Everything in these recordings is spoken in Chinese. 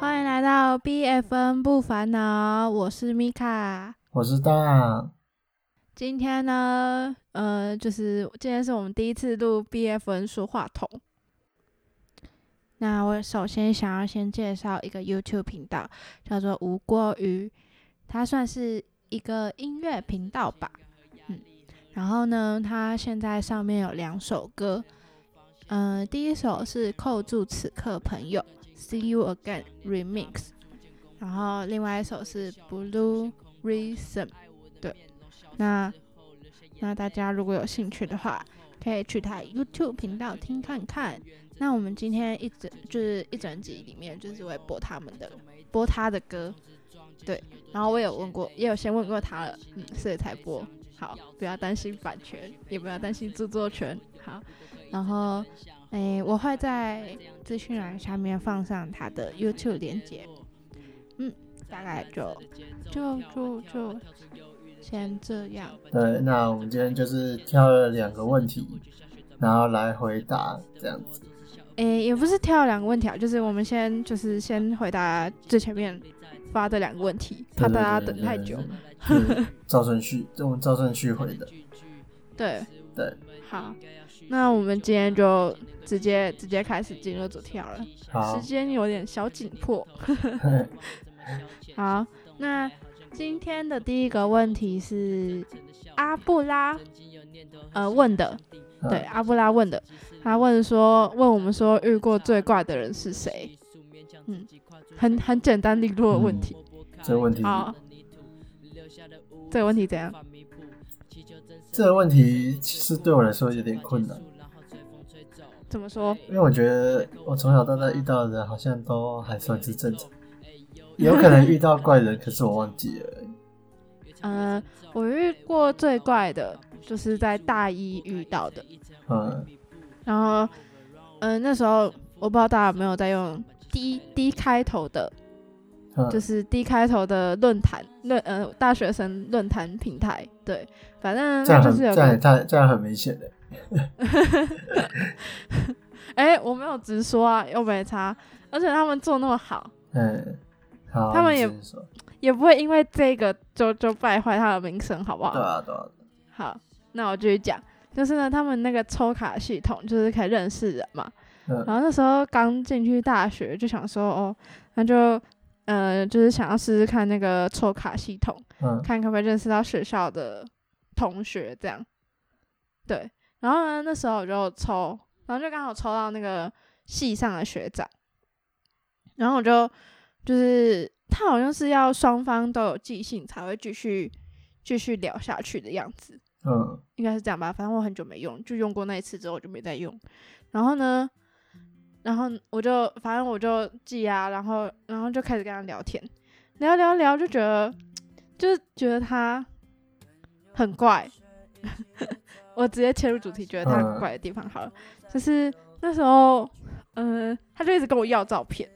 来到 BFN 不烦恼，我是米卡。我是大，今天呢，呃，就是今天是我们第一次录 BFN 说话筒。那我首先想要先介绍一个 YouTube 频道，叫做无锅鱼，它算是一个音乐频道吧，嗯。然后呢，它现在上面有两首歌，嗯、第一首是《扣住此刻朋友》（See You Again Remix），然后另外一首是《Blue Reason》。对，那那大家如果有兴趣的话，可以去他 YouTube 频道听看看。那我们今天一整就是一整集里面，就是会播他们的播他的歌，对。然后我有问过，也有先问过他了，嗯，所以才播。好，不要担心版权，也不要担心著作权。好，然后诶，我会在资讯栏下面放上他的 YouTube 链接。嗯，大概就就就就先这样。对，那我们今天就是挑了两个问题，然后来回答这样子。诶、也不是挑了两个问题啊，就是我们先就是先回答最前面发的两个问题，怕大家等太久。对，对对对照顺序，这种照顺序回的。对对，好，那我们今天就直接直接开始进入主题好了，好时，间有点小紧 迫。好，那今天的第一个问题是阿布拉呃问的，对，嗯阿布拉问的，他问说，问我们说遇过最怪的人是谁？嗯，很很简单利落的问题。这个问题，好，这个问题怎样？这个问题其实对我来说有点困难，怎么说？因为我觉得我从小到大遇到的人好像都还算是正常，有可能遇到怪人，可是我忘记了而已。嗯、我遇过最怪的就是在大一遇到的，嗯，然后，嗯、那时候我不知道大家有没有在用 D D 开头的，嗯就是 D 开头的论坛论呃大学生论坛平台，对，反正这样它就很是有这样也个，太这样很明显的。 哎、我没有直说啊，又没差，而且他们做那么好，嗯，好，他们也你继续说也不会因为这个就就败坏他的名声，好不好？对啊对啊，好，那我继续讲，就是呢，他们那个抽卡系统就是可以认识人嘛。嗯然后那时候刚进去大学，就想说哦，那就呃，就是想要试试看那个抽卡系统，嗯看可不可以认识到学校的同学这样。对，然后呢，那时候我就抽，然后就刚好抽到那个系上的学长，然后我就就是他好像是要双方都有寄信才会继续继续聊下去的样子。嗯应该是这样吧。反正我很久没用，就用过那一次之后我就没再用。然后呢，然后我就反正我就记啊，然后然后就开始跟他聊天，聊聊聊就觉得就是觉得他很怪。 我直接切入主题，觉得他很怪的地方好了，就是那时候，嗯、他就一直跟我要照片，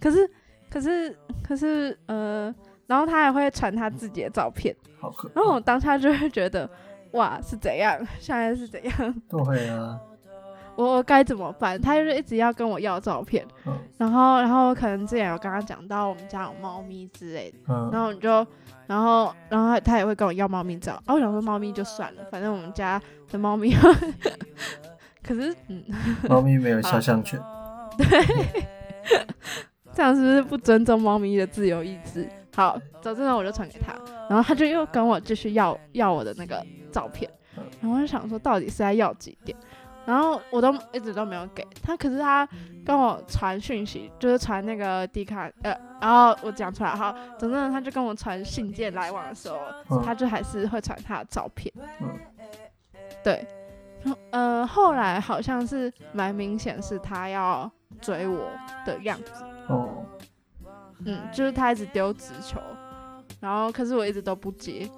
可是可是可是呃，然后他还会传他自己的照片。好可然后我当下就会觉得，哇，是怎样？现在是怎样？ 对啊，我我该怎么办？他就是一直要跟我要照片，嗯然后然后我可能之前有跟他讲到我们家有猫咪之类的，然嗯后你就，然后然后他也会跟我要猫咪照。啊，我想说猫咪就算了，反正我们家的猫咪， 可是嗯，猫咪没有肖像权，这样是不是不尊重猫咪的自由意志？好，总之呢，我就传给他，然后他就又跟我继续要要我的那个照片嗯，然后我就想说到底是在要几点，然后我都一直都没有给他，可是他跟我传讯息，就是传那个迪卡，呃，然后我讲出来哈，总之呢，他就跟我传信件来往的时候，嗯他就还是会传他的照片，嗯对，然后呃，后来好像是蛮明显是他要追我的样子。哦，嗯，就是他一直丢直球，然后可是我一直都不接，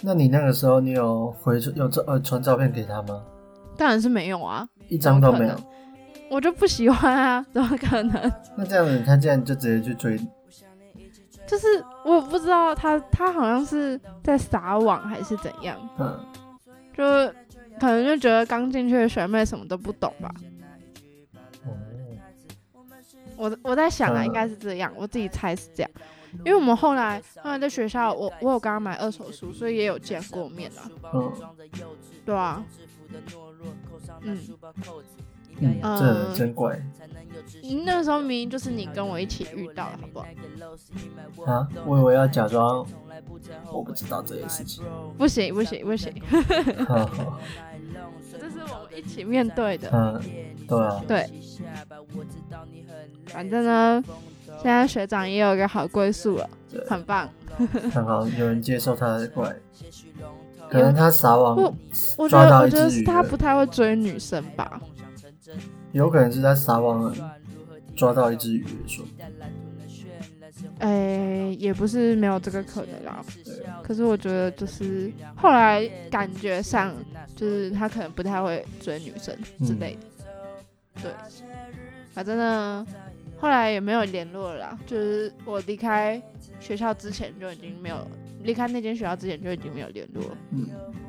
那你那个时候你有回有照呃传照片给他吗？当然是没有啊，一张都没怎么有可。我就不喜欢啊，怎么可能？那这样子，他竟然就直接去追你，就是我不知道他他好像是在撒网还是怎样，嗯，就可能嗯就觉得刚进去的学妹什么都不懂吧，哦，我我在想啊，嗯应该是这样，我自己猜是这样，因为我们后来后来在学校，我我有刚刚买二手书，所以也有见过面啊，嗯对啊，嗯嗯，呃这很珍贵你那时候明明就是你跟我一起遇到的，好不好？啊！我以为要假装我不知道这件事情。不行不行不行，好好， 这是我们一起面对的。嗯，对啊，对，反正呢，现在学长也有一个好归宿了，对很棒。很好，有人接受他的怪，可能他撒网我觉抓得到我一觉得只是鱼他了，不太会追女生吧，有可能是他撒网了抓到一只鱼了，说哎、也不是没有这个可能啦。对可是我觉得就是后来感觉上，就是他可能不太会追女生之类的。对，反正呢，后来也没有联络了啦。就是我离开学校之前就已经没有离开那间学校之前就已经没有联络了。嗯，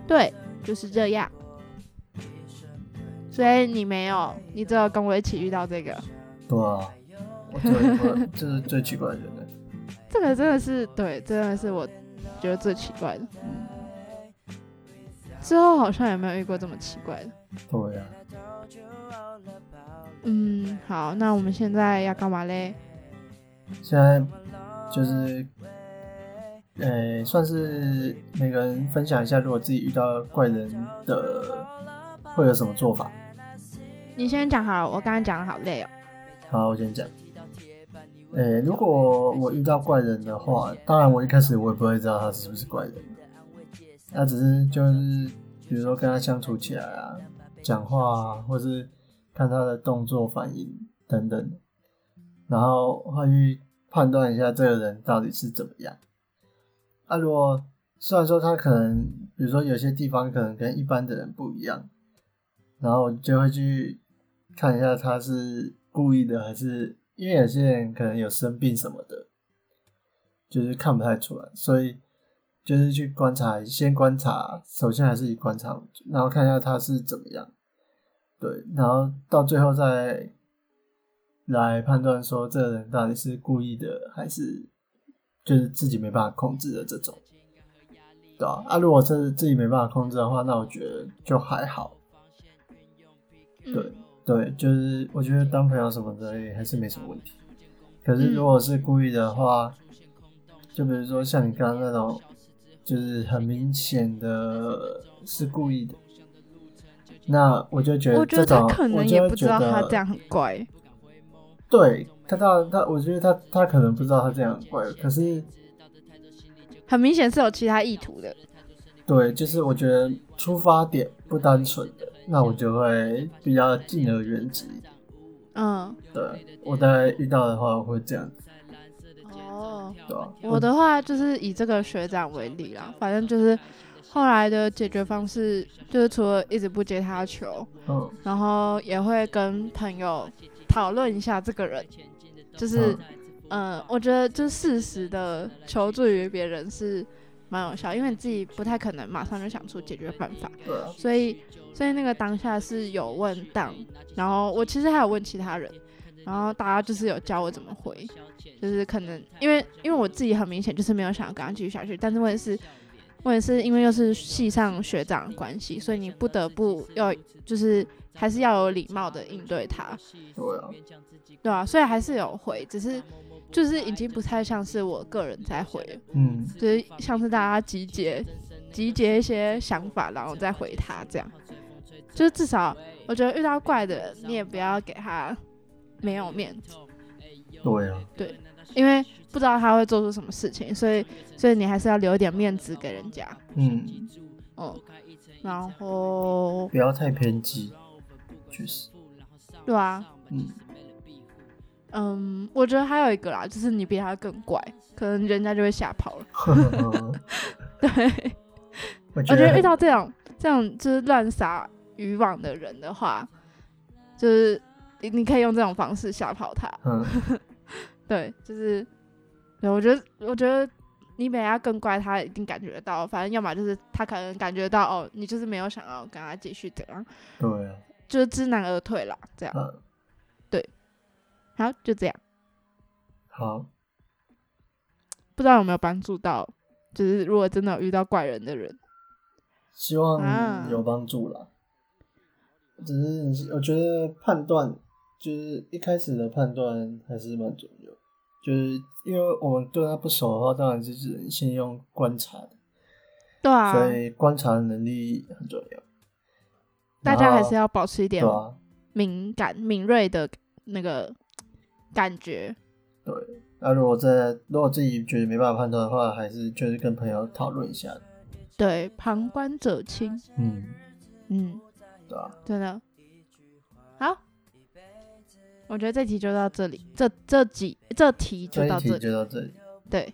对，就是这样。所以你没有，你只有跟我一起遇到这个，对啊，我觉得这是最奇怪的人了。这个真的是对，真的是我觉得最奇怪的。之后好像也没有遇过这么奇怪的。对啊，嗯，好，那我们现在要干嘛嘞？现在就是，呃，算是每个人分享一下，如果自己遇到怪人的会有什么做法。你先讲好了，我刚刚讲的好累哦。好，我先讲。呃、如果我遇到怪人的话，当然我一开始我也不会知道他是不是怪人，那只是就是比如说跟他相处起来啊，讲话啊，或是看他的动作反应等等，然后会去判断一下这个人到底是怎么样。啊，如果虽然说他可能，比如说有些地方可能跟一般的人不一样，然后我就会去看一下他是故意的还是因为有些人可能有生病什么的，就是看不太出来，所以就是去观察，先观察，首先还是以观察为主，然后看一下他是怎么样，对，然后到最后再来判断说这个人到底是故意的还是就是自己没办法控制的这种，对啊，啊，如果是自己没办法控制的话，那我觉得就还好，嗯、对对，就是我觉得当朋友什么的也还是没什么问题。可嗯是如果是故意的话，就比如说像你刚刚那种，就是很明显的是故意的，那我就觉我得觉得这他种，可我能也就不会知觉道他得这样很怪，对他到他，我觉得他他可能不知道他这样很怪，可是很明显是有其他意图的。对，就是我觉得出发点不单纯的，那我就会比较敬而远之。嗯，对，我大概遇到的话我会这样，哦，对吧、嗯我的话就是以这个学长为例啦，反正就是后来的解决方式就是除了一直不接他的球，嗯。然后也会跟朋友讨论一下这个人，就是嗯、呃我觉得就适时的求助于别人是蛮有效，因为你自己不太可能马上就想出解决办法，对啊，所以所以那个当下是有问当，然后我其实还有问其他人，然后大家就是有教我怎么回，就是可能因为因为我自己很明显就是没有想要跟他继续下去，但是问题是。问题是因为又是系上学长的关系，所以你不得不要就是还是要有礼貌的应对他。对啊，对啊，所以还是有回，只是就是已经不太像是我个人在回了，嗯，就是像是大家集结集结一些想法，然后再回他这样。就是至少我觉得遇到怪的人，你也不要给他没有面子，对啊，因为不知道他会做出什么事情，所以所以你还是要留一点面子给人家。嗯，嗯，然后不要太偏激，确实，对啊， 嗯，嗯，我觉得还有一个啦，就是你比他更怪，可能人家就会吓跑了。 对。我觉我觉得得遇很到这种这种就是乱撒渔网的人的话，就是你你可以用这种方式吓跑他。嗯，对，就是对我觉得我觉得你比他更乖，他一定感觉得到。反正要么就是他可能感觉到哦，你就是没有想要跟他继续怎样，对啊，呃就是知难而退啦。这样嗯，对，好，就这样，好，不知道有没有帮助到，就是如果真的有遇到怪人的人，希啊望有帮助啦。只是你我觉得判断就是一开始的判断还是蛮重要，就是因为我们对他不熟的话，当然是只能先用观察的，对啊，所以观察能力很重要。大家还然后是要保持一点对啊，敏感、敏锐的那个感觉。那如果在如果自己觉得没办法判断的话，还是就是跟朋友讨论一下，对，旁观者清。嗯，嗯，对啊吧、真的。好，我觉得这题就到这里，这这几这题这就到一这题里。就到这里，对，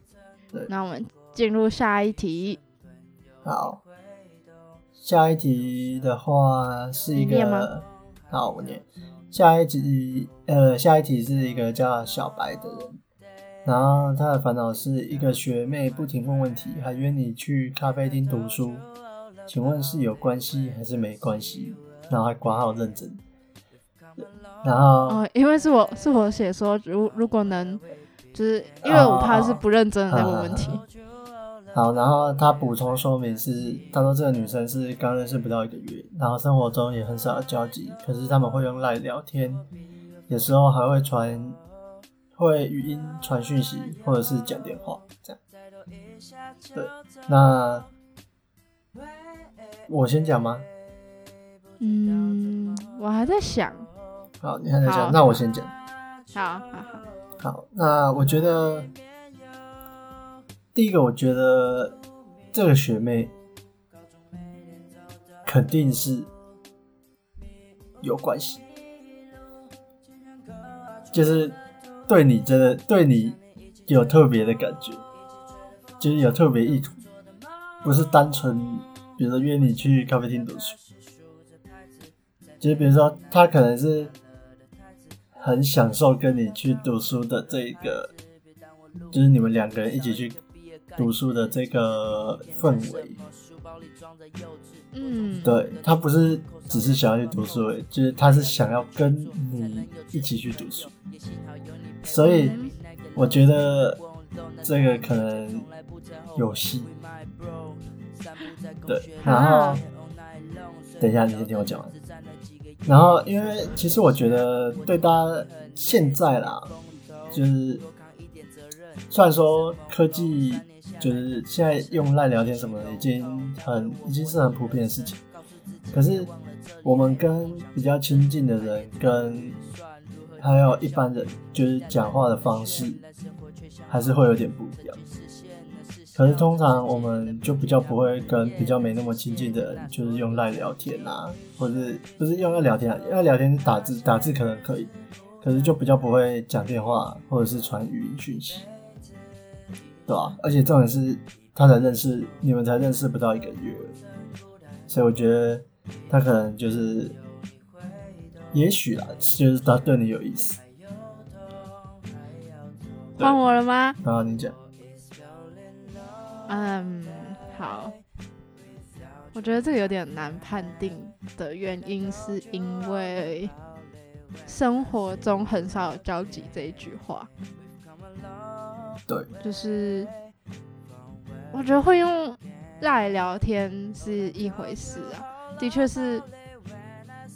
对那我们进入下一题，好。下一题的话是你一念吗个，好，我念。下一集，呃，下一题是一个叫小白的人，然后他的烦恼是一个学妹不停问问题，还约你去咖啡厅读书，请问是有关系还是没关系？然后还挂号认真，然后哦，因为是我是我写说，如如果能，就是啊因为我怕是不认真的在问问题。好，然后他补充说明是，他说这个女生是刚认识不到一个月，然后生活中也很少交集，可是他们会用赖聊天，有时候还会传，会语音传讯息或者是讲电话这样。对，那我先讲吗？嗯，我还在想。好，你还在好讲，那我先讲。好好好，好，那我觉得第一个，我觉得这个学妹肯定是有关系，就是对你真的对你有特别的感觉，就是有特别意图，不是单纯比如说约你去咖啡厅读书，就是比如说他可能是很享受跟你去读书的这一个，就是你们两个人一起去读书的这个氛围。嗯，对他不是只是想要去读书而已，就是他是想要跟你一起去读书，所以嗯我觉得这个可能有戏。对，然后啊等一下，你先听我讲完。然后，因为呃其实我觉得对大家现在啦，就是虽然说科技就是现在用赖聊天什么的，已经很已经是很普遍的事情，可是我们跟比较亲近的人，跟还有一般人，就是讲话的方式还是会有点不一样。可是通常我们就比较不会跟比较没那么亲近的人，就是用赖聊天啊，或者不是用赖聊天啊，赖聊天是打字，打字可能可以，可是就比较不会讲电话或者是传语音讯息，对吧、而且重点是他才认识你们才认识不到一个月，所以我觉得他可能就是，也许啦，就是他对你有意思。对换我了吗？然后你讲，嗯，好。我觉得这个有点难判定的原因，是因为生活中很少有交集这一句话，对，就是我觉得会用赖聊天是一回事啊，的确是，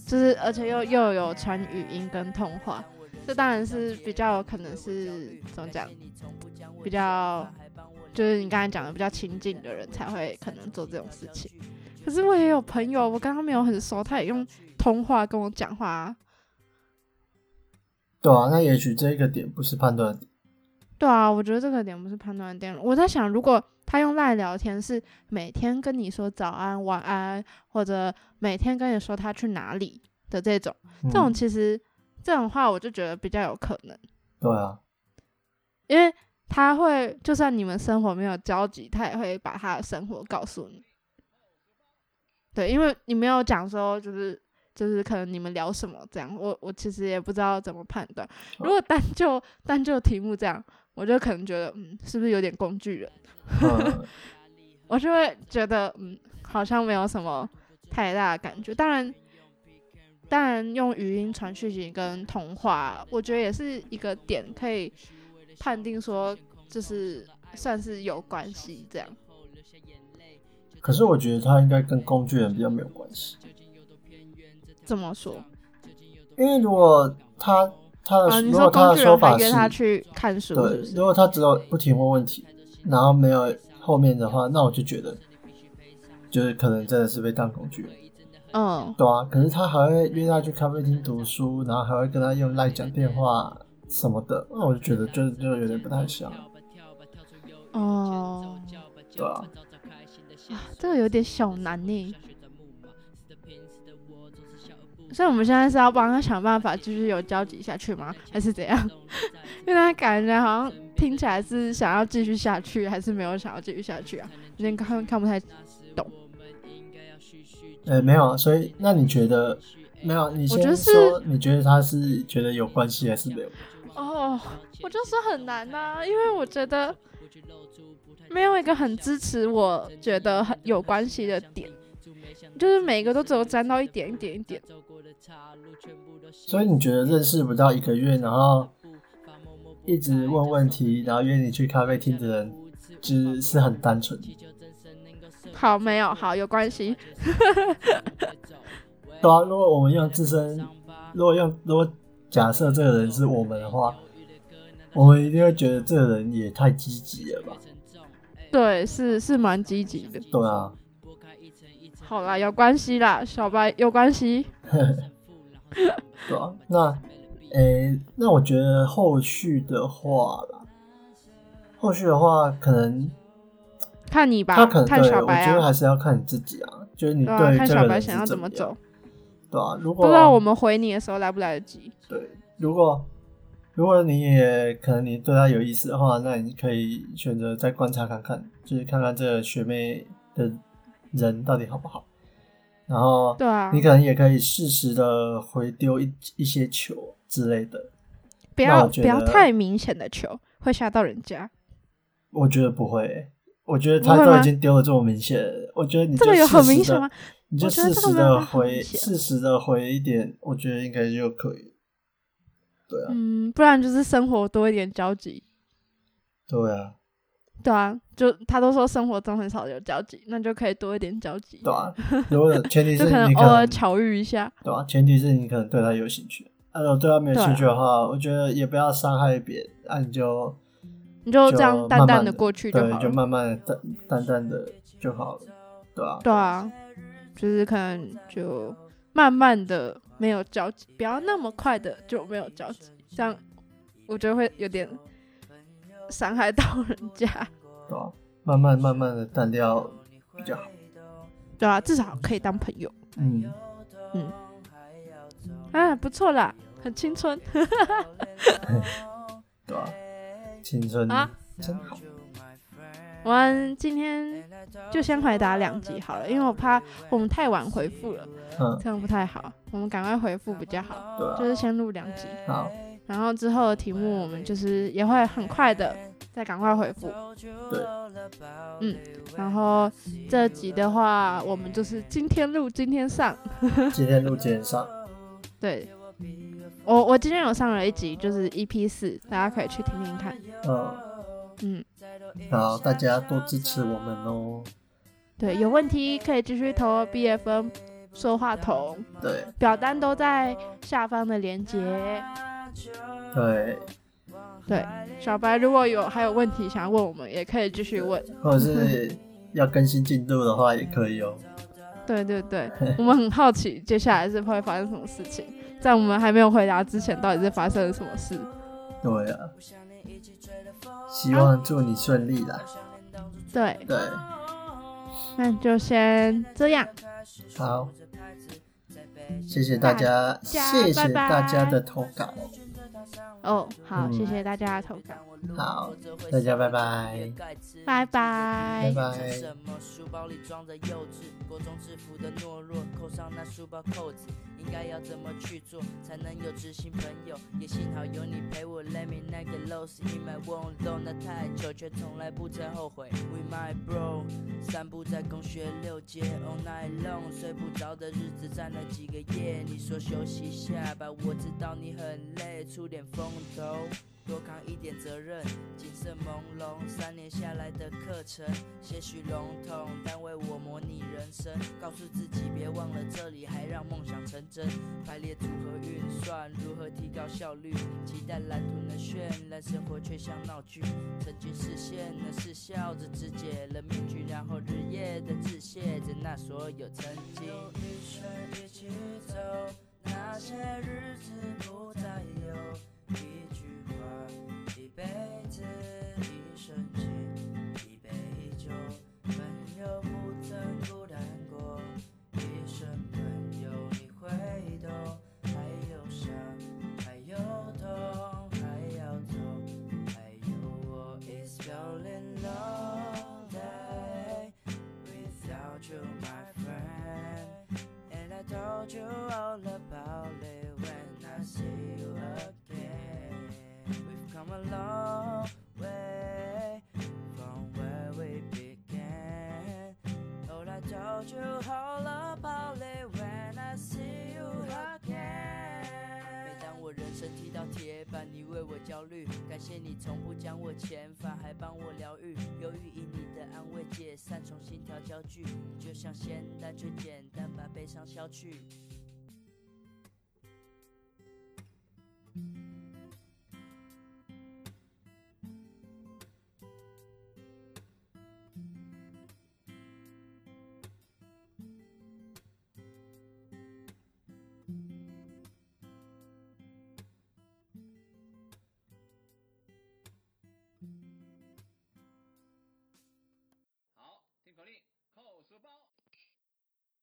就是而且又又有传语音跟通话，这当然是比较有可能是怎么讲，比较就是你刚才讲的比较亲近的人才会可能做这种事情。可是我也有朋友，我跟他没有很熟，他也用通话跟我讲话、啊。对啊，那也许这个点不是判断的点，对啊，我觉得这个点不是判断的点。我在想，如果他用赖聊天是每天跟你说早安、晚安，或者每天跟你说他去哪里的这种，嗯这种其实这种话我就觉得比较有可能，对啊，因为他会就算你们生活没有交集，他也会把他的生活告诉你。对，因为你没有讲说就是就是可能你们聊什么这样，我我其实也不知道怎么判断。如果单就单就题目这样，我就可能觉得嗯，是不是有点工具人？嗯，我就会觉得嗯，好像没有什么太大的感觉。当然，当然用语音传讯息跟通话，我觉得也是一个点，可以判定说就是算是有关系这样。可是我觉得它应该跟工具人比较没有关系，这么说因为如果他他的、啊？你如果他工的具说人法还是约他去看书是对不，是？如果他只有不停问问题，然后没有后面的话，那我就觉得就是可能真的是被当工具人。嗯，对啊，可是他还会约他去咖啡厅读书，然后还会跟他用赖讲电话什么的，那我就觉得就就有点不太像，哦，对啊，啊，这个有点小难呢。所以我们现在是要帮他想办法，就是有交集下去吗？还是怎样？ 因为他感觉好像听起来是想要继续下去，还是没有想要继续下去啊？有点看看不太哎、没有啊，所以那你觉得没有？啊你我觉先得是说，你觉得他是觉得有关系还是没有？哦，我就说很难呐、因为我觉得没有一个很支持我觉得很有关系的点，就是每个都只有沾到一点一点一点。所以你觉得认识不到一个月，然后一直问问题，然后约你去咖啡厅的人，就是是很单纯，好，没有好有关系，对啊。如果我们用自身，如果用如果假设这个人是我们的话，我们一定会觉得这个人也太积极了吧？对，是是蛮积极的。对啊，好啦，有关系啦，小白有关系。对啊。那诶、那我觉得后续的话啦，后续的话可能看你吧他可，能看对，小我白觉得啊，还是要看你自己啊，就是你对啊，对看这小个白人想要是怎么么样走，，对啊。如不果知道我们回你的时候来不来得及。对，如果如果你也可能你对他有意思的话，那你可以选择再观察看看，就是看看这个学妹的人到底好不好。然后对啊你，可能也可以适时的回丢一一些球之类的。不那要我觉不要得太明显的球，会吓到人家。我觉得不会欸、我觉得不他会都吗已经丢了这么明显了，我觉得你这就个有适很时明显地吗？你我就觉得适这个时没有到的很明回，显适时的回一点，我觉得应该就可以。对啊，嗯，不然就是生活多一点交集。对啊，对啊，就他都说生活中很少有交集，那就可以多一点交集，对啊。如果前提是就可能你偶尔巧遇一下。对吧、前提是你可能对他有兴趣。啊，如果对他没有对啊兴趣的话，我觉得也不要伤害别人，啊，你就你就就这样淡慢淡慢的地过去就对，好就了。慢慢的淡淡淡的就好了，对吧、对啊，就是可能就慢慢的没有交集，不要那么快的就没有交集，这样我觉得会有点伤害到人家。对吧、啊慢慢慢慢的淡掉比较好。对啊，至少可以当朋友嗯，啊，不错啦，很青春。对吧、青春啊真好，我们今天就先回答两集好了，因为我怕我们太晚回复了，嗯，这样不太好。我们赶快回复比较好，对啊就，是先录两集，好，然后之后的题目我们就是也会很快的再赶快回复。对，嗯，然后这集的话，我们就是今天录，今天上。今天录今天上，对，我我今天有上了一集，就是 EP 四，大家可以去听听看。嗯，嗯，好，大家多支持我们哦，对，有问题可以继续投 BFM 说话筒。对表单都在下方的链接。对，对，小白如果有还有问题想要问我们，也可以继续问。或者是 要更新进度的话也可以哦，对对对，我们很好奇接下来是会发生什么事情，在我们还没有回答之前，到底是发生了什么事？对啊，希望祝你顺利啦。对，对，那就先这样，好，谢谢大家，大家谢谢拜拜大家的投稿，哦，好，嗯谢谢大家的投稿，好，大家拜拜，拜拜拜。拜。什么书包里装着幼稚，国中制服的懦弱，扣上那书包扣子，应该要怎么去做才能有知心朋友？也幸好有你陪我，Let me not get lost in my own zone。那太久却从来不曾后悔。We my bro，散步在公学六街 all night long，睡不着的日子站了几个夜。你说休息一下吧，我知道你很累，出点风头。多扛一点责任，谨慎朦胧。三年下来的课程，些许笼统，但为我模拟人生。告诉自己别忘了，这里还让梦想成真。排列组合运算，如何提高效率？期待蓝图能绚烂，生活却像闹剧。曾经视线的是笑着肢解了面具，然后日夜的致谢着那所有曾经。一生一起走，那些日子不再有。一句话，一辈子，一生情，一杯酒，朋友不曾孤单过，一生朋友你会懂，还有伤，还有痛，还要走，还有我 is feeling lonely without you, my friend. And I told you all about it when I see you again. We've come a long way from where we began. All I told you all about it when I see you again. 每当我人生踢到铁板，你为我焦虑，感谢你从不将我遣返，还帮我疗愈。忧郁因你的安慰解散，重新调焦距，你就像仙丹，却简单把悲伤消去。